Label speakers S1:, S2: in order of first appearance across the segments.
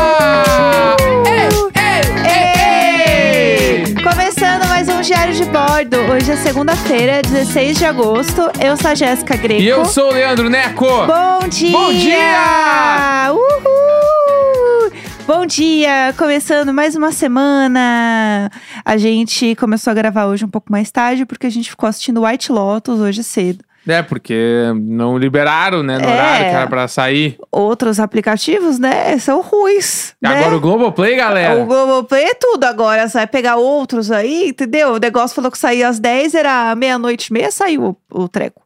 S1: um Transbordo. Hoje é segunda-feira, 16 de agosto. Eu sou a Jéssica Greco.
S2: E eu sou o Leandro Neco.
S1: Bom dia!
S2: Bom dia!
S1: Uhul! Bom dia! Começando mais uma semana. A gente começou a gravar hoje um pouco mais tarde, porque a gente ficou assistindo White Lotus hoje cedo.
S2: É, porque não liberaram, né, no
S1: É.
S2: horário que era pra sair.
S1: Outros aplicativos, né, são ruins. né?
S2: Agora o Globoplay,
S1: O
S2: galera.
S1: Globoplay é tudo agora. Você vai pegar outros aí, entendeu? O negócio falou que saía às 10, era meia-noite e meia, saiu o, o treco.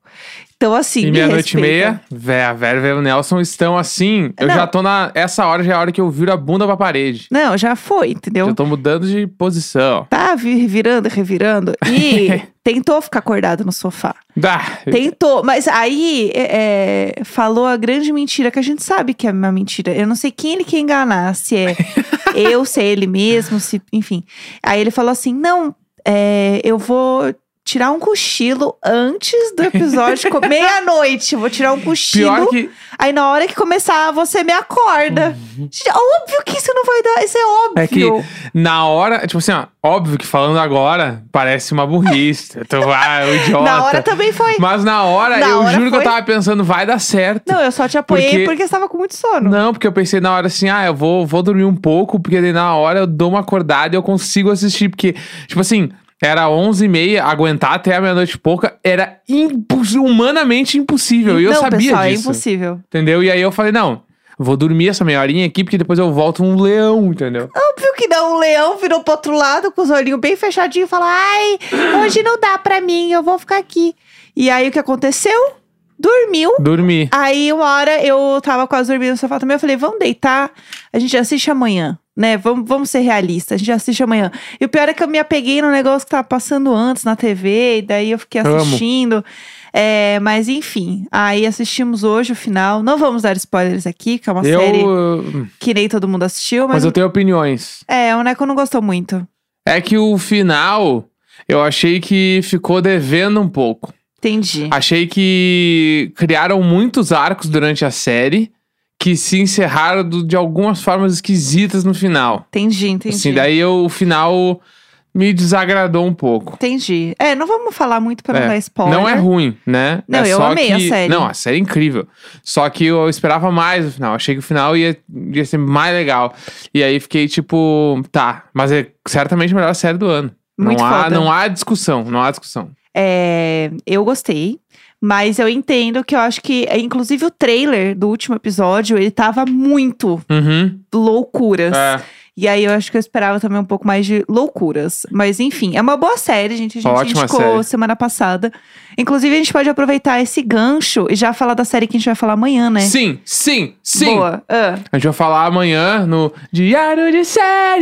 S1: Então, assim.
S2: E
S1: me
S2: meia-noite e
S1: respeita.
S2: meia, véia, velho e o Nelson estão assim. Eu
S1: Não.
S2: já tô na. Essa hora já é a hora que eu viro a bunda pra parede.
S1: Não, já foi, entendeu?
S2: Eu tô mudando de posição.
S1: Tá vi- virando, revirando. E tentou ficar acordado no sofá.
S2: Dá.
S1: Tentou. Mas aí é, é, falou a grande mentira, que a gente sabe que é uma mentira. Eu não sei quem ele quer enganar, se é eu, se é ele mesmo, se, enfim. Aí ele falou assim: não, é, eu vou. Tirar um cochilo antes do episódio. co- Meia-noite. eu Vou tirar um cochilo.
S2: Pior que.
S1: Aí na hora que começar, você me acorda. Gente, é Óbvio que isso não vai dar. Isso é óbvio.
S2: Uhum. É que na hora, tipo assim, ó, óbvio que falando agora parece uma burrice. tu vai, o um idiota.
S1: na hora também foi.
S2: Mas na hora,
S1: Na
S2: eu
S1: hora
S2: juro que eu
S1: foi.
S2: tava pensando, vai dar certo.
S1: Não, eu só te apoiei porque,
S2: Porque-
S1: você tava com muito sono.
S2: Não, porque eu pensei na hora assim, ah, eu vou, vou dormir um pouco, porque daí na hora eu dou uma acordada e eu consigo assistir. Porque, tipo assim, era 11h30, aguentar até a meia-noite e pouca era impos- humanamente impossível. e eu
S1: não,
S2: sabia
S1: pessoal,
S2: disso.
S1: é impossível.
S2: Entendeu? E aí eu falei, não, vou dormir essa meia horinha aqui, porque depois eu volto um leão, entendeu?
S1: Óbvio que não. O leão virou pro outro lado com os olhinhos bem fechadinhos e falou: Ai, hoje não dá pra mim, eu vou ficar aqui. E aí o que aconteceu? Dormiu.
S2: Dormi.
S1: Aí uma hora eu tava quase dormindo no sofá também. Eu falei: Vamos deitar, a gente assiste amanhã. Né, vamos, vamos ser realistas, a gente assiste amanhã. E o pior é que eu me apeguei no negócio que tava passando antes na TV, e daí eu fiquei
S2: Amo.
S1: assistindo. É, mas enfim, aí assistimos hoje o final. Não vamos dar spoilers aqui, que é uma
S2: eu.
S1: série
S2: eh,
S1: que nem todo mundo assistiu, mas,
S2: Mas eu tenho opiniões.
S1: é, o Neco não gostou muito.
S2: É que o final eu achei que ficou devendo um pouco.
S1: Entendi.
S2: Achei que criaram muitos arcos durante a série que se encerraram do- de algumas formas esquisitas no final.
S1: Entendi, entendi.
S2: Assim, daí eu- o final me desagradou um pouco.
S1: Entendi. É, não vamos falar muito pra
S2: É,
S1: não dar spoiler.
S2: Não é ruim, né?
S1: Não,
S2: é
S1: eu
S2: só
S1: amei a
S2: que-
S1: série.
S2: Não, a série é incrível. Só que eu esperava mais no final. Achei que o final ia, ia ser mais legal. E aí fiquei tipo, tá, mas é certamente a melhor série do ano.
S1: Muito
S2: não, há,
S1: foda.
S2: não há discussão, não há discussão.
S1: É, eu gostei, mas eu entendo que eu acho que, é, inclusive, o trailer do último episódio, ele tava muito
S2: Uhum.
S1: loucuras.
S2: É,
S1: E aí eu acho que eu esperava também um pouco mais de loucuras. Mas enfim, é uma boa série, gente. A gente
S2: Ótima
S1: indicou
S2: série.
S1: semana passada. Inclusive, a gente pode aproveitar esse gancho e já falar da série que a gente vai falar amanhã, né?
S2: É. Sim, sim, sim.
S1: Boa. Ah.
S2: A gente vai falar amanhã no Diário de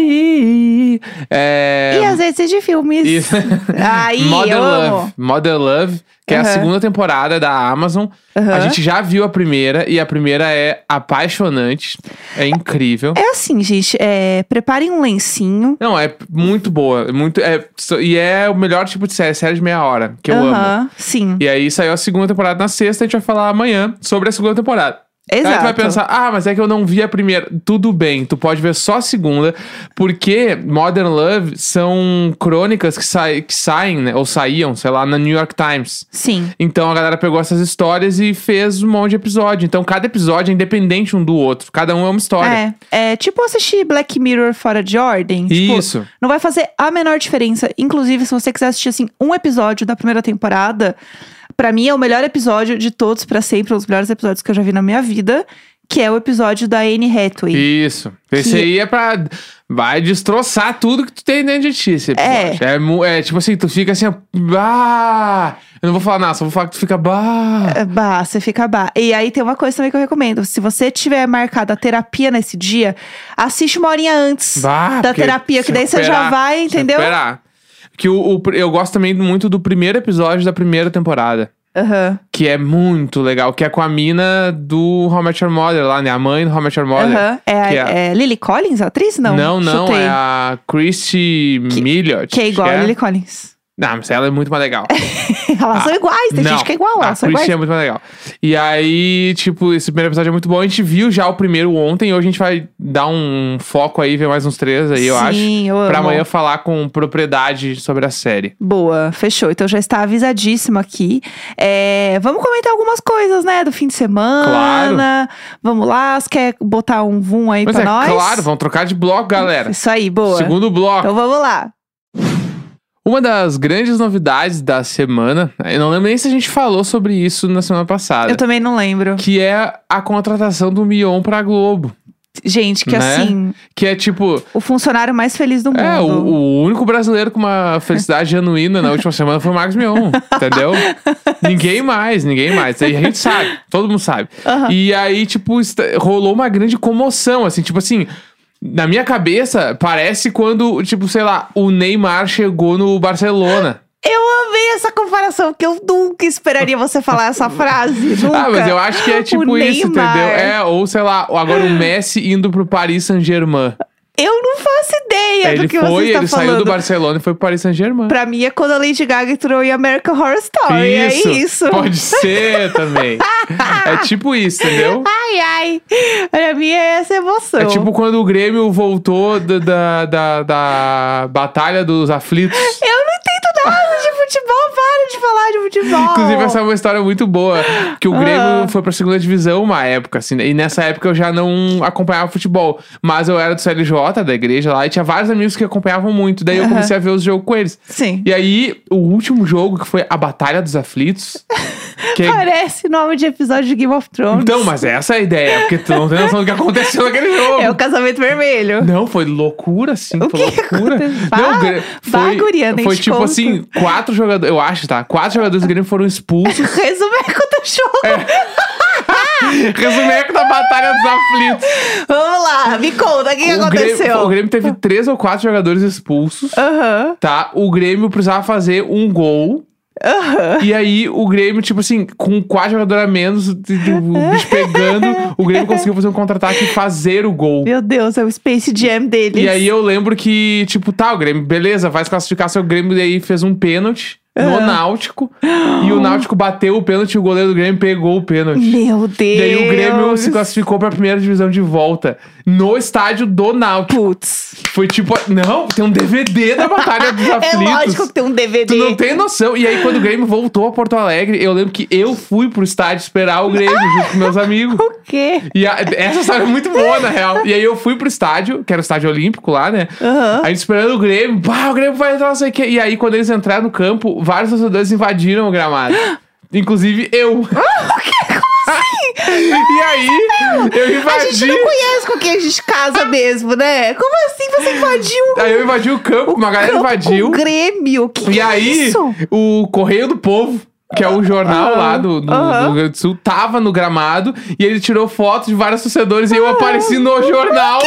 S2: Série. É...
S1: E às vezes de filmes.
S2: Isso.
S1: Aí,
S2: Mother
S1: eu
S2: Love.
S1: amo.
S2: Mother Love, que é a
S1: Aham.
S2: segunda temporada da Amazon. A
S1: Aham.
S2: gente já viu a primeira e a primeira é apaixonante. É incrível.
S1: É assim, gente. É, preparem um lencinho.
S2: Não, é muito boa. é Muito, é, so- e é o melhor tipo de série, série de meia hora, que eu amo.
S1: Aham, Sim.
S2: E aí saiu a segunda temporada na sexta, a gente vai falar amanhã sobre a segunda temporada. Aí
S1: Exato.
S2: tu vai pensar, ah, mas é que eu não vi a primeira. Tudo bem, tu pode ver só a segunda, porque Modern Love são crônicas que, sai, que saem, né, ou saíam, sei lá, na New York Times.
S1: Sim.
S2: Então a galera pegou essas histórias e fez um monte de episódio. Então cada episódio é independente um do outro, cada um é uma história.
S1: É, é tipo assistir Black Mirror fora de ordem. Tipo,
S2: Isso.
S1: não vai fazer a menor diferença. Inclusive, se você quiser assistir assim um episódio da primeira temporada, pra mim é o melhor episódio de todos pra sempre, um dos melhores episódios que eu já vi na minha vida, que é o episódio da Anne Hathaway.
S2: Isso. Esse
S1: Que-
S2: aí é pra. Vai destroçar tudo que tu tem dentro de ti, esse
S1: É.
S2: episódio. É. mu- é tipo assim, tu fica assim, ó, bah! Eu não vou falar nada, só vou falar que tu fica bah!
S1: É, Bah, você fica bah. E aí tem uma coisa também que eu recomendo. Se você tiver marcada a terapia nesse dia, assiste uma horinha antes
S2: Bah,
S1: da
S2: porque
S1: terapia, que
S2: se
S1: daí você já
S2: recuperar,
S1: vai,
S2: se
S1: entendeu?
S2: recuperar. Que o, o pr- eu gosto também muito do primeiro episódio da primeira temporada.
S1: Aham.
S2: Que é muito legal, que é com a mina do How I Met Your Mother lá, né? A mãe do How I Met Your Mother.
S1: aham. É, a-
S2: que
S1: é Lily Collins, a atriz? Não.
S2: não, não,
S1: chutei.
S2: é a Christy Milliot.
S1: Que é igual
S2: acho
S1: a Lily Collins.
S2: Não, mas ela é muito mais legal.
S1: Elas são iguais, tem
S2: não.
S1: gente que é igual,
S2: Ah,
S1: elas são
S2: por isso
S1: iguais.
S2: é muito mais legal. E aí, tipo, esse primeiro episódio é muito bom. A gente viu já o primeiro ontem. Hoje a gente vai dar um foco aí, ver mais uns três aí, eu
S1: Sim,
S2: acho.
S1: eu amo.
S2: Pra amanhã falar com propriedade sobre a série.
S1: Boa, fechou. Então já está avisadíssimo aqui. É, vamos comentar algumas coisas, né? Do fim de semana. Vamos lá, você quer botar um vum aí
S2: Mas
S1: pra
S2: é
S1: nós?
S2: claro, vamos trocar de bloco, galera.
S1: Isso aí, boa.
S2: Segundo bloco.
S1: Então vamos lá.
S2: Uma das grandes novidades da semana, eu não lembro nem se a gente falou sobre isso na semana passada,
S1: Eu também não lembro.
S2: que é a contratação do Mion pra Globo.
S1: Gente, que
S2: Né?
S1: assim,
S2: Que é tipo,
S1: o funcionário mais feliz do
S2: é, o,
S1: mundo.
S2: o único brasileiro com uma felicidade genuína na última semana foi o Marcos Mion, entendeu? ninguém mais, ninguém mais. Aí a gente sabe, todo mundo sabe.
S1: Aham.
S2: E aí, tipo, esta- rolou uma grande comoção, assim, tipo assim. Na minha cabeça, parece quando, tipo, sei lá, o Neymar chegou no Barcelona.
S1: Eu amei essa comparação, porque eu nunca esperaria você falar essa frase. Nunca.
S2: Ah, mas eu acho que é tipo
S1: O
S2: isso,
S1: Neymar.
S2: entendeu? É, ou sei lá, agora o Messi indo pro Paris Saint-Germain.
S1: Eu não faço ideia
S2: ele
S1: é do que
S2: foi,
S1: você está
S2: ele
S1: falando.
S2: saiu do Barcelona e foi pro Paris Saint-Germain.
S1: Pra mim é quando a Lady Gaga entrou em American Horror Story. É isso.
S2: Pode ser também. é tipo isso, entendeu?
S1: Ai, ai. Pra mim é essa emoção.
S2: É tipo quando o Grêmio voltou da, da, da, da Batalha dos Aflitos.
S1: Eu não entendo nada de futebol, para de falar de futebol.
S2: Inclusive, essa é uma história muito boa. Que o Grêmio
S1: Ah.
S2: foi pra segunda divisão uma época, assim. E nessa época eu já não acompanhava futebol. Mas eu era do CLJ, da igreja lá, e tinha vários amigos que acompanhavam muito. Daí eu
S1: Aham.
S2: comecei a ver os jogos com eles.
S1: Sim.
S2: E aí, o último jogo, que foi a Batalha dos Aflitos. que- é
S1: Parece nome de episódio de Game of Thrones.
S2: Então, mas essa é a ideia, porque tu não tem noção do que aconteceu naquele jogo.
S1: É o casamento vermelho.
S2: Não, foi loucura, assim.
S1: O
S2: foi
S1: que que
S2: loucura.
S1: aconteceu?
S2: Não,
S1: Vá-
S2: Grê-
S1: vá, guria, nem
S2: foi
S1: te
S2: tipo
S1: conto.
S2: assim, quatro jogadores, eu acho, tá? Quatro jogadores do Grêmio foram expulsos.
S1: Resume quanto o jogo.
S2: É, Resumeco da tá Batalha dos Aflitos.
S1: Vamos lá, me conta o que, que
S2: o, Grêmio, o
S1: aconteceu. Ah.
S2: Grêmio teve três ou quatro jogadores expulsos,
S1: Aham,
S2: tá? O Grêmio precisava fazer um gol.
S1: aham.
S2: E aí, o Grêmio, tipo assim, com quatro jogadores a menos, o bicho pegando, o Grêmio conseguiu fazer um contra-ataque e fazer o gol.
S1: Meu Deus, é o Space Jam deles.
S2: E aí eu lembro que, tipo, tá, o Grêmio, beleza, vai se classificar, seu Grêmio daí fez um pênalti
S1: Ah.
S2: no Náutico. E o Náutico bateu o pênalti e o goleiro do Grêmio pegou o pênalti.
S1: Meu Deus.
S2: E aí o Grêmio se classificou pra primeira divisão de volta. No estádio do Náutico.
S1: Putz.
S2: Foi tipo, não, tem um DVD da Batalha dos
S1: É
S2: Aflitos.
S1: lógico que tem um DVD.
S2: Tu não tem noção. E aí, quando o Grêmio voltou a Porto Alegre, eu lembro que eu fui pro estádio esperar o Grêmio junto com meus amigos.
S1: O quê?
S2: E a- essa história é muito boa, na real. E aí eu fui pro estádio, que era o estádio olímpico lá, né?
S1: Aham.
S2: A gente esperando o Grêmio, pá, o Grêmio vai entrar, não sei o quê. E aí, quando eles entraram no campo, vários torcedores invadiram o gramado. Inclusive eu.
S1: Ah,
S2: e aí, eu
S1: assim? A gente
S2: invadi.
S1: não conhece com quem a gente casa mesmo, né? Como assim você invadiu
S2: Aí eu invadi o campo, uma galera
S1: o
S2: invadiu.
S1: Grêmio? Que que
S2: E
S1: é
S2: aí,
S1: Isso?
S2: o Correio do Povo, que é o jornal
S1: Aham.
S2: lá do, do,
S1: Aham.
S2: do Rio Grande do Sul, tava no gramado e ele tirou fotos de vários torcedores e eu apareci no jornal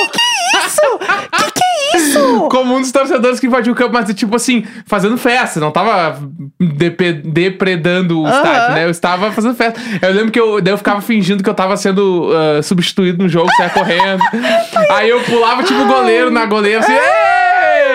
S1: Isso? que que é isso?
S2: como um dos torcedores que invadiu o campo, mas tipo assim, fazendo festa, não tava depe- depredando o
S1: Aham.
S2: estádio, né? Eu estava fazendo festa. Eu lembro que eu, daí eu ficava fingindo que eu tava sendo ah, substituído no jogo, saia correndo. Aí eu pulava tipo goleiro na goleira, assim, "Ê!"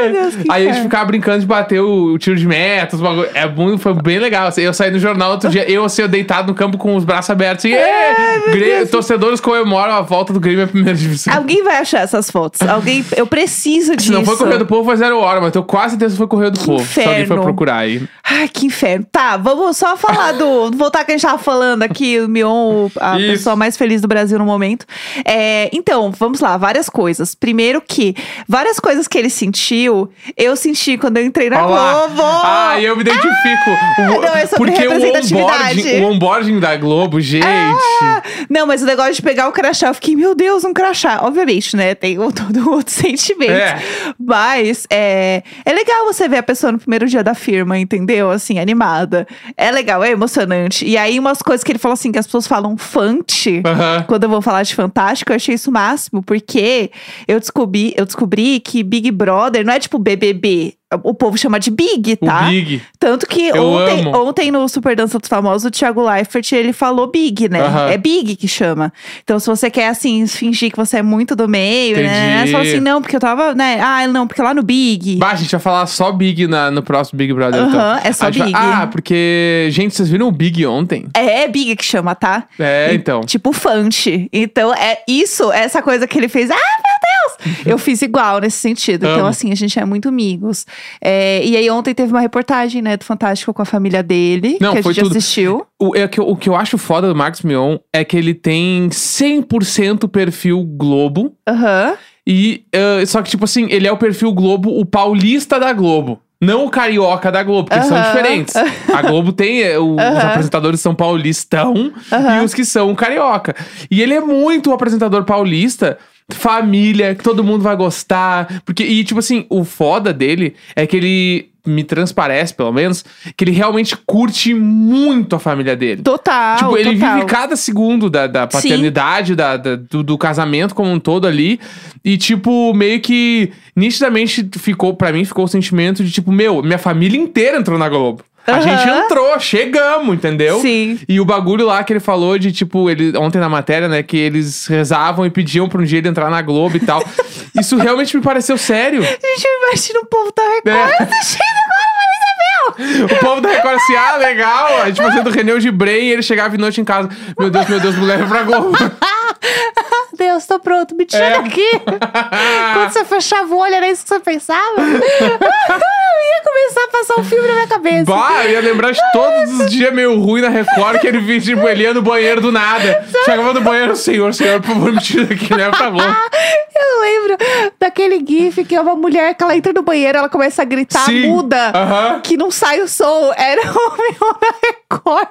S1: Deus, que
S2: Aí a gente
S1: inferno.
S2: ficava brincando de bater o, o tiro de meta, os bagulho. É muito, foi bem legal. assim. eu saí no jornal outro dia, eu assim, eu deitado no campo com os braços abertos, assim, "Ê!" Grê- torcedores comemoram a volta do Grêmio à primeira divisão.
S1: Alguém vai achar essas fotos. Alguém. Eu preciso disso.
S2: Se não foi Correio do Povo, foi zero hora, mas eu tenho quase certeza que foi Correio do Povo. Se alguém for
S1: inferno.
S2: procurar aí.
S1: Ai, que inferno. Tá, vamos só falar do. Voltar que a gente tava falando aqui, o Mion, o- a
S2: Isso.
S1: pessoa mais feliz do Brasil no momento. É, então, vamos lá, várias coisas. Primeiro que várias coisas que ele sentiu, eu senti quando eu entrei na
S2: Olha lá.
S1: Globo.
S2: Ah, eu me identifico. O-
S1: não, é sobre
S2: porque o
S1: representatividade. Ah!
S2: onboarding, o onboarding da Globo, gente.
S1: Não, mas o negócio de pegar o crachá, eu fiquei, meu Deus, um crachá. Obviamente, né? Tem o- todo um outro sentimento.
S2: É.
S1: Mas é, é legal você ver a pessoa no primeiro dia da firma, entendeu? Assim, animada. É legal, é emocionante. E aí, umas coisas que ele falou assim, que as pessoas falam fante.
S2: Aham.
S1: Quando eu vou falar de Fantástico, eu achei isso o máximo, porque eu descobri, eu descobri que Big Brother não é tipo BBB. o povo chama de Big, tá?
S2: O Big.
S1: Tanto que
S2: Eu
S1: ontem,
S2: amo.
S1: ontem no Super Dança dos Famosos, o Thiago Leifert, ele falou Big, né?
S2: Aham.
S1: É Big que chama. Então, se você quer, assim, fingir que você é muito do meio, né?
S2: Entendi.
S1: Você fala assim, não, porque eu tava, né? Ah, não, porque lá no Big.
S2: Bah, a gente vai falar só Big na- no próximo Big Brother.
S1: Aham,
S2: então.
S1: é só
S2: A gente vai-
S1: Big.
S2: Ah, porque, gente, vocês viram o Big ontem?
S1: É, é Big que chama, tá?
S2: É,
S1: E-
S2: então.
S1: Tipo Fante. Então, é isso, essa coisa que ele fez. Ah, meu Deus! Eu fiz igual nesse sentido. Então,
S2: Amo.
S1: assim, a gente é muito amigos. É, e aí, ontem teve uma reportagem, né, do Fantástico com a família dele,
S2: Não,
S1: que a
S2: foi
S1: gente
S2: tudo.
S1: assistiu.
S2: O, é que eu- o que eu acho foda do Marcos Mion é que ele tem 100% perfil Globo.
S1: Aham.
S2: E ah, só que, tipo assim, ele é o perfil Globo, o paulista da Globo. Não o carioca da Globo, porque são
S1: Aham.
S2: diferentes. A Globo tem eh, o- os
S1: Aham.
S2: apresentadores são paulistão
S1: Aham.
S2: e os que são carioca. E ele é muito um apresentador paulista, família, que todo mundo vai gostar. Porque, e, tipo assim, o foda dele é que ele. Me transparece, pelo menos, que ele realmente curte muito a família dele.
S1: Total.
S2: Tipo, ele
S1: total.
S2: vive cada segundo da, da
S1: Sim.
S2: paternidade, da, da- do, do casamento como um todo ali. E, tipo, meio que nitidamente ficou, pra mim, ficou o sentimento de, tipo, meu, minha família inteira entrou na Globo. A
S1: Aham.
S2: gente entrou, chegamos, entendeu?
S1: Sim.
S2: E o bagulho lá que ele falou de, tipo, ele, ontem na matéria, né, que eles rezavam e pediam pra um dia ele entrar na Globo e tal. Isso realmente me pareceu sério.
S1: A gente imagina o povo da Record
S2: É.
S1: assistindo agora, Maria Isabel!
S2: O povo da Record assim, ah, legal. A gente fazendo reunião de Bray e ele chegava de noite em casa. Meu Deus, meu Deus, me leva pra Globo.
S1: Meu Ah, Deus, tô pronto, me tira
S2: É.
S1: daqui! Quando você fechava o olho, era isso que você pensava? Ah, eu ia começar a passar um filme na minha cabeça.
S2: Bah, eu ia lembrar de todos os dias meio ruim na Record que ele vinha, tipo, ele ia no banheiro do nada. Chegava no banheiro, senhor, senhor, por favor, me tira daqui, leva pra Globo.
S1: Eu lembro daquele gif que é uma mulher que ela entra no banheiro, ela começa a gritar,
S2: Sim.
S1: muda,
S2: Aham.
S1: que não sai o som. Era o meu da Record.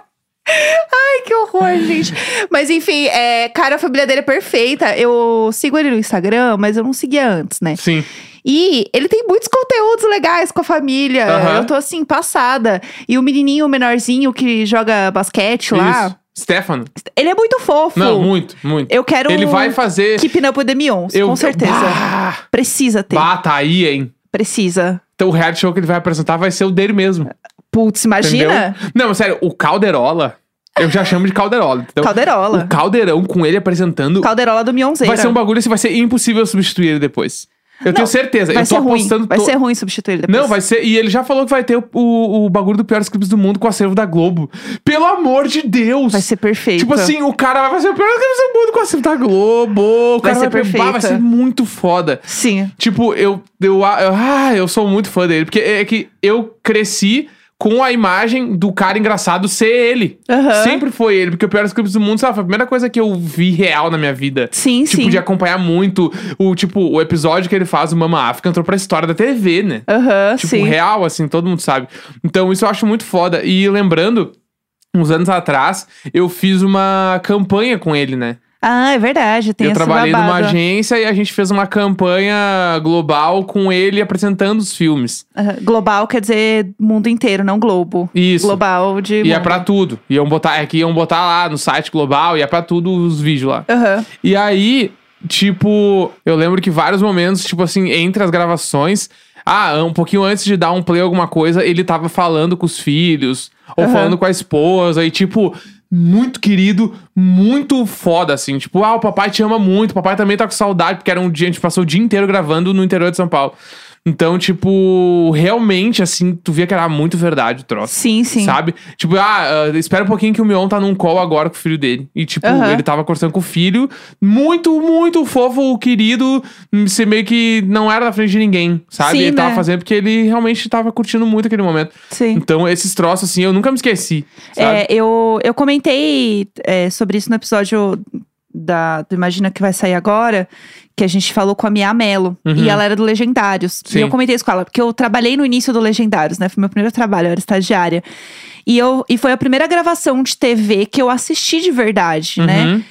S1: Ai, que horror, gente. Mas enfim, é, cara, a família dele é perfeita. Eu sigo ele no Instagram, mas eu não seguia antes, né?
S2: Sim.
S1: E ele tem muitos conteúdos legais com a família.
S2: Aham.
S1: Eu tô assim, passada. E o menininho, o menorzinho que joga basquete lá,
S2: Isso. Stefano.
S1: ele é muito fofo.
S2: Não, muito, muito.
S1: Eu quero
S2: Ele
S1: um
S2: vai fazer.
S1: Keeping Up with the Mions,
S2: eu... Ah,
S1: com certeza.
S2: Bah,
S1: Precisa ter.
S2: bah, tá aí, hein?
S1: Precisa.
S2: Então o reality show que ele vai apresentar vai ser o dele mesmo.
S1: Ah, Putz, imagina.
S2: Entendeu? Não, mas sério, o Calderola. Eu já chamo de Calderola, entendeu?
S1: Calderola.
S2: O Caldeirão com ele apresentando.
S1: Calderola do Mionzeira.
S2: Vai ser um bagulho assim, vai ser impossível substituir ele depois. Eu tenho certeza.
S1: Vai
S2: eu tô
S1: ser ruim.
S2: apostando.
S1: Vai
S2: to-
S1: ser ruim substituir ele depois.
S2: Não, vai ser. E ele já falou que vai ter o, o, o bagulho do piores clipes do mundo com o acervo da Globo. Pelo amor de Deus!
S1: Vai ser perfeito.
S2: Tipo assim, o cara vai fazer o pior clipes do mundo com o acervo da Globo. O
S1: Vai
S2: cara vai,
S1: ser
S2: pe-
S1: perfeito.
S2: Bah, vai ser muito foda.
S1: Sim.
S2: Tipo, eu, eu, ah, eu, ah, eu sou muito fã dele. Porque é que eu cresci com a imagem do cara engraçado ser ele.
S1: Aham.
S2: Sempre foi ele. Porque o Piores Clipes do Mundo, sabe, foi a primeira coisa que eu vi real na minha vida.
S1: Sim,
S2: Tipo,
S1: sim.
S2: de acompanhar muito o, tipo, o episódio que ele faz, o Mama África, entrou pra história da TV, né?
S1: Aham,
S2: Tipo,
S1: sim.
S2: real, assim, todo mundo sabe. Então, isso eu acho muito foda. E lembrando, uns anos atrás, eu fiz uma campanha com ele, né?
S1: Ah, é verdade. Tem
S2: eu
S1: esse
S2: trabalhei
S1: babado.
S2: numa agência e a gente fez uma campanha global com ele apresentando os filmes.
S1: Aham. Global quer dizer mundo inteiro, não globo.
S2: Isso. é
S1: Global de.
S2: Ia
S1: mundo.
S2: pra tudo. Iam botar, é que iam botar lá no site global, ia pra tudo os vídeos lá.
S1: Aham.
S2: E aí, tipo, eu lembro que vários momentos, tipo assim, entre as gravações, ah, um pouquinho antes de dar um play alguma coisa, ele tava falando com os filhos, ou
S1: Aham.
S2: falando com a esposa, e tipo, muito querido, muito foda, assim. Tipo, ah, o papai te ama muito, o papai também tá com saudade, porque era um dia, a gente passou o dia inteiro gravando no interior de São Paulo. Então, tipo, realmente, assim, tu via que era muito verdade o troço.
S1: Sim, sim.
S2: Sabe? Tipo, ah, ah, espera um pouquinho que o Mion tá num call agora com o filho dele. E, tipo,
S1: Aham.
S2: ele tava conversando com o filho. Muito, muito fofo, querido. hum, Você meio que não era na frente de ninguém, sabe?
S1: Sim,
S2: ele tava
S1: né?
S2: fazendo porque ele realmente tava curtindo muito aquele momento.
S1: Sim.
S2: Então, esses troços, assim, eu nunca me esqueci. Sabe?
S1: É, eu, eu comentei é, sobre isso no episódio da, do Imagina que vai sair agora, que a gente falou com a Mia Mello.
S2: Uhum.
S1: E ela era do Legendários.
S2: Sim.
S1: E eu comentei isso com ela, porque eu trabalhei no início do Legendários, né? Foi meu primeiro trabalho, eu era estagiária. E, eu, e foi a primeira gravação de TV que eu assisti de verdade, né?
S2: Uhum.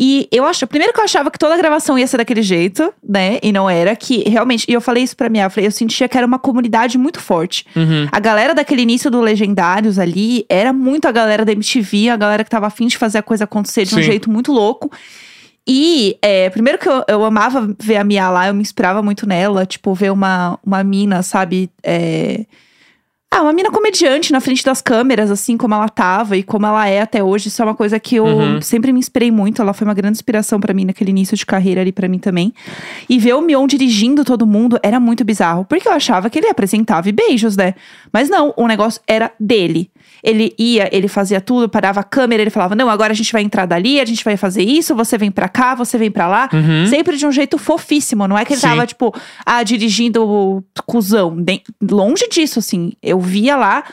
S1: E eu acho, primeiro que eu achava que toda gravação ia ser daquele jeito, né? E não era, que realmente, e eu falei isso pra minha, eu falei, eu sentia que era uma comunidade muito forte.
S2: Uhum.
S1: A galera daquele início do Legendários ali era muito a galera da MTV, a galera que tava afim de fazer a coisa acontecer de um
S2: Sim.
S1: jeito muito louco. E, é, primeiro que eu, eu amava ver a Mia lá, eu me inspirava muito nela, tipo, ver uma, uma mina, sabe? é, Ah, uma mina comediante na frente das câmeras, assim, como ela tava e como ela é até hoje. Isso é uma coisa que eu
S2: Uhum.
S1: sempre me inspirei muito. Ela foi uma grande inspiração pra mim naquele início de carreira ali pra mim também. E ver o Mion dirigindo todo mundo era muito bizarro, porque eu achava que ele apresentava e beijos, né? Mas não, o negócio era dele. Ele ia, ele fazia tudo, parava a câmera, ele falava: "Não, agora a gente vai entrar dali, a gente vai fazer isso, você vem pra cá, você vem pra lá".
S2: Uhum.
S1: Sempre de um jeito fofíssimo, não é que ele
S2: Sim.
S1: tava tipo, ah, dirigindo o cuzão, nem- longe disso assim. Eu via lá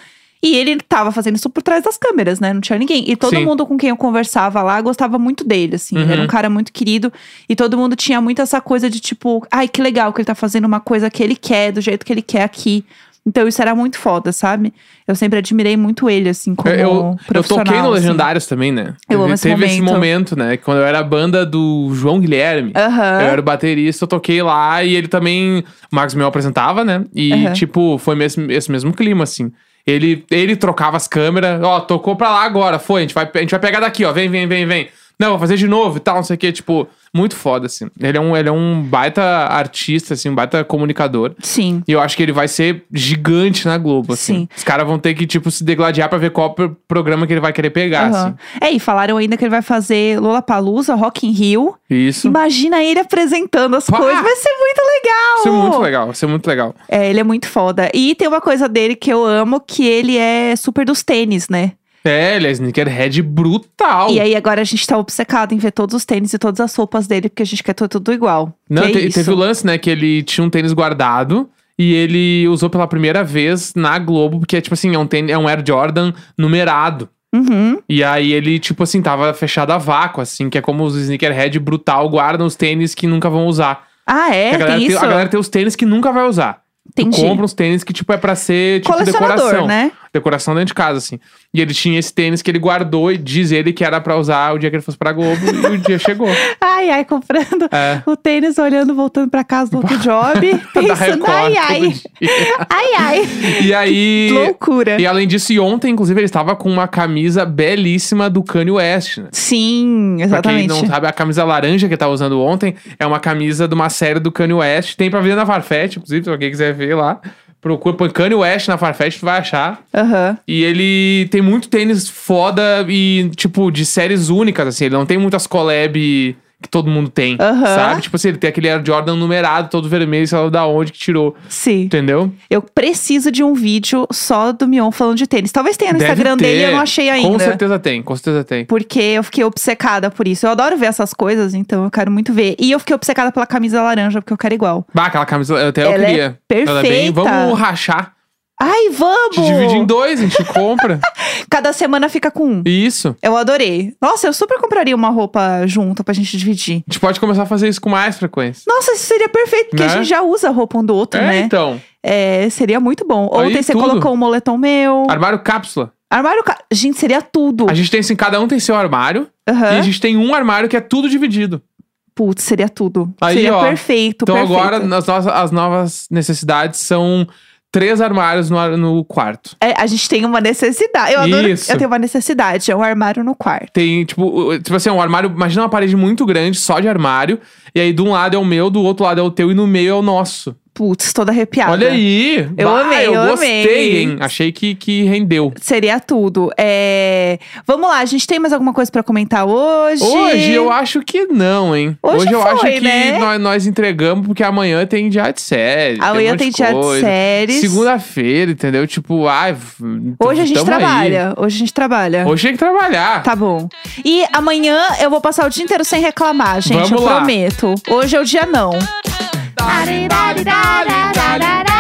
S1: e ele tava fazendo isso por trás das câmeras, né? Não tinha ninguém. E todo
S2: Sim.
S1: mundo com quem eu conversava lá gostava muito dele, assim. Ele era
S2: Uhum.
S1: um cara muito querido. E todo mundo tinha muito essa coisa de tipo, ai, que legal que ele tá fazendo uma coisa que ele quer, do jeito que ele quer aqui. Então isso era muito foda, sabe? Eu sempre admirei muito ele, assim, como
S2: Eu, eu, eu
S1: profissional.
S2: toquei no
S1: assim.
S2: Legendários também, né?
S1: Eu amo esse
S2: Teve esse
S1: momento.
S2: momento, né? Quando eu era a banda do João Guilherme.
S1: Aham.
S2: Eu era o baterista, eu toquei lá e ele também. O Max Mel apresentava, né? E,
S1: Aham.
S2: tipo, foi mesmo, esse mesmo clima, assim. Ele, ele trocava as câmeras, ó, tocou pra lá agora, foi, a gente, vai, a gente vai pegar daqui, ó, vem, vem, vem, vem. Não, vou fazer de novo e tal, não sei o quê, tipo, muito foda, assim. Ele é um, ele é um baita artista, assim, um baita comunicador.
S1: Sim.
S2: E eu acho que ele vai ser gigante na Globo, assim.
S1: Sim.
S2: Os caras vão ter que, tipo, se degladiar pra ver qual pro- programa que ele vai querer pegar,
S1: Aham.
S2: assim.
S1: É, e falaram ainda que ele vai fazer Lollapalooza, Rock in Rio.
S2: Isso.
S1: Imagina ele apresentando as
S2: Pá!
S1: coisas, vai ser muito legal!
S2: Isso é muito legal, isso é muito legal.
S1: É, ele é muito foda. E tem uma coisa dele que eu amo, que ele é super dos tênis, né?
S2: É, ele é sneakerhead brutal.
S1: E aí agora a gente tá obcecado em ver todos os tênis e todas as roupas dele, porque a gente quer ter tudo igual.
S2: Não,
S1: que é
S2: te-
S1: isso?
S2: teve o lance, né, que ele tinha um tênis guardado e ele usou pela primeira vez na Globo, porque é tipo assim, é um, tênis, é um Air Jordan numerado.
S1: Uhum.
S2: E aí ele, tipo assim, tava fechado a vácuo, assim, que é como os sneakerhead brutal guardam os tênis que nunca vão usar.
S1: Ah, é?
S2: a, galera
S1: Tem isso?
S2: a galera tem os tênis que nunca vai usar. Tu
S1: Entendi.
S2: compra uns tênis que, tipo, é pra ser, tipo,
S1: Colecionador,
S2: decoração.
S1: né?
S2: Decoração dentro de casa, assim. E ele tinha esse tênis que ele guardou e diz ele que era pra usar o dia que ele fosse pra Globo e o dia chegou.
S1: Ai, ai, comprando
S2: É.
S1: o tênis, olhando, voltando pra casa do outro job,
S2: Da Record,
S1: pensando, ai, ai,
S2: todo dia.
S1: ai, ai.
S2: E aí...
S1: Loucura.
S2: E além disso, e ontem, inclusive, ele estava com uma camisa belíssima do Kanye West, né?
S1: Sim,
S2: Pra quem
S1: exatamente.
S2: não tá- sabe, a camisa laranja que ele tava usando ontem é uma camisa de uma série do Kanye West. Tem pra ver na Farfetch, inclusive, se alguém quiser ver lá. Procura, põe Kanye West na Farfetch, tu vai achar.
S1: Aham.
S2: E ele tem muito tênis foda e, tipo, de séries únicas, assim. Ele não tem muitas collab que todo mundo tem,
S1: Aham.
S2: sabe? Tipo assim, ele tem aquele Air Jordan numerado, todo vermelho, sei lá da onde que tirou,
S1: Sim.
S2: entendeu?
S1: Eu preciso de um vídeo só do Mion falando de tênis. Talvez tenha É, no
S2: Deve
S1: Instagram dele,
S2: ter.
S1: eu não achei
S2: Com
S1: ainda.
S2: certeza tem, com certeza tem.
S1: Porque eu fiquei obcecada por isso. Eu adoro ver essas coisas, então eu quero muito ver. E eu fiquei obcecada pela camisa laranja, porque eu quero igual.
S2: Bah, aquela camisa, até eu
S1: Ela é
S2: queria. Ela é bem,
S1: perfeita.
S2: vamos rachar.
S1: Ai,
S2: A gente divide em
S1: vamos!
S2: dois, a gente compra.
S1: Cada semana fica com um.
S2: Isso.
S1: Eu adorei. Nossa, eu super compraria uma roupa junto pra gente dividir.
S2: A gente pode começar a fazer isso com mais frequência.
S1: Nossa, isso seria perfeito, porque
S2: Né?
S1: a gente já usa a roupa um do outro,
S2: é,
S1: né?
S2: então.
S1: É, seria muito bom.
S2: Aí,
S1: Ontem você
S2: tudo.
S1: colocou um moletom meu.
S2: Armário cápsula.
S1: Armário. ca- Gente, seria tudo.
S2: A gente tem assim, cada um tem seu armário. E
S1: Aham.
S2: a gente tem um armário que é tudo dividido.
S1: Putz, seria tudo.
S2: Aí,
S1: seria
S2: ó.
S1: perfeito.
S2: Então
S1: perfeito.
S2: agora as nossas, as novas necessidades são três armários no, ar- no quarto.
S1: É, a gente tem uma necessidade. Eu adoro.
S2: Isso.
S1: Eu tenho uma necessidade. É um armário no quarto.
S2: Tem, tipo, o- tipo assim, um armário. Imagina uma parede muito grande, só de armário. E aí, de um lado é o meu, do outro lado é o teu, e no meio é o nosso.
S1: Putz, toda arrepiada.
S2: Olha aí!
S1: Eu
S2: Bah,
S1: amei,
S2: eu,
S1: eu
S2: gostei,
S1: amei.
S2: hein? Achei que, que rendeu.
S1: Seria tudo. É, Vamos lá, a gente tem mais alguma coisa pra comentar hoje?
S2: Hoje eu acho que não, hein?
S1: Hoje
S2: eu
S1: foi,
S2: acho que
S1: né?
S2: nós, nós entregamos, porque amanhã tem dia de série.
S1: Amanhã
S2: tem,
S1: tem
S2: um monte
S1: dia de
S2: coisa.
S1: séries.
S2: Segunda-feira, entendeu? Tipo, ai. v-
S1: Hoje a gente
S2: tamo aí.
S1: trabalha. Hoje a gente trabalha.
S2: Hoje tem que trabalhar.
S1: Tá bom. E amanhã eu vou passar o dia inteiro sem reclamar, gente.
S2: Vamos
S1: eu
S2: lá.
S1: prometo. Hoje é o dia não.
S3: da da da da da da da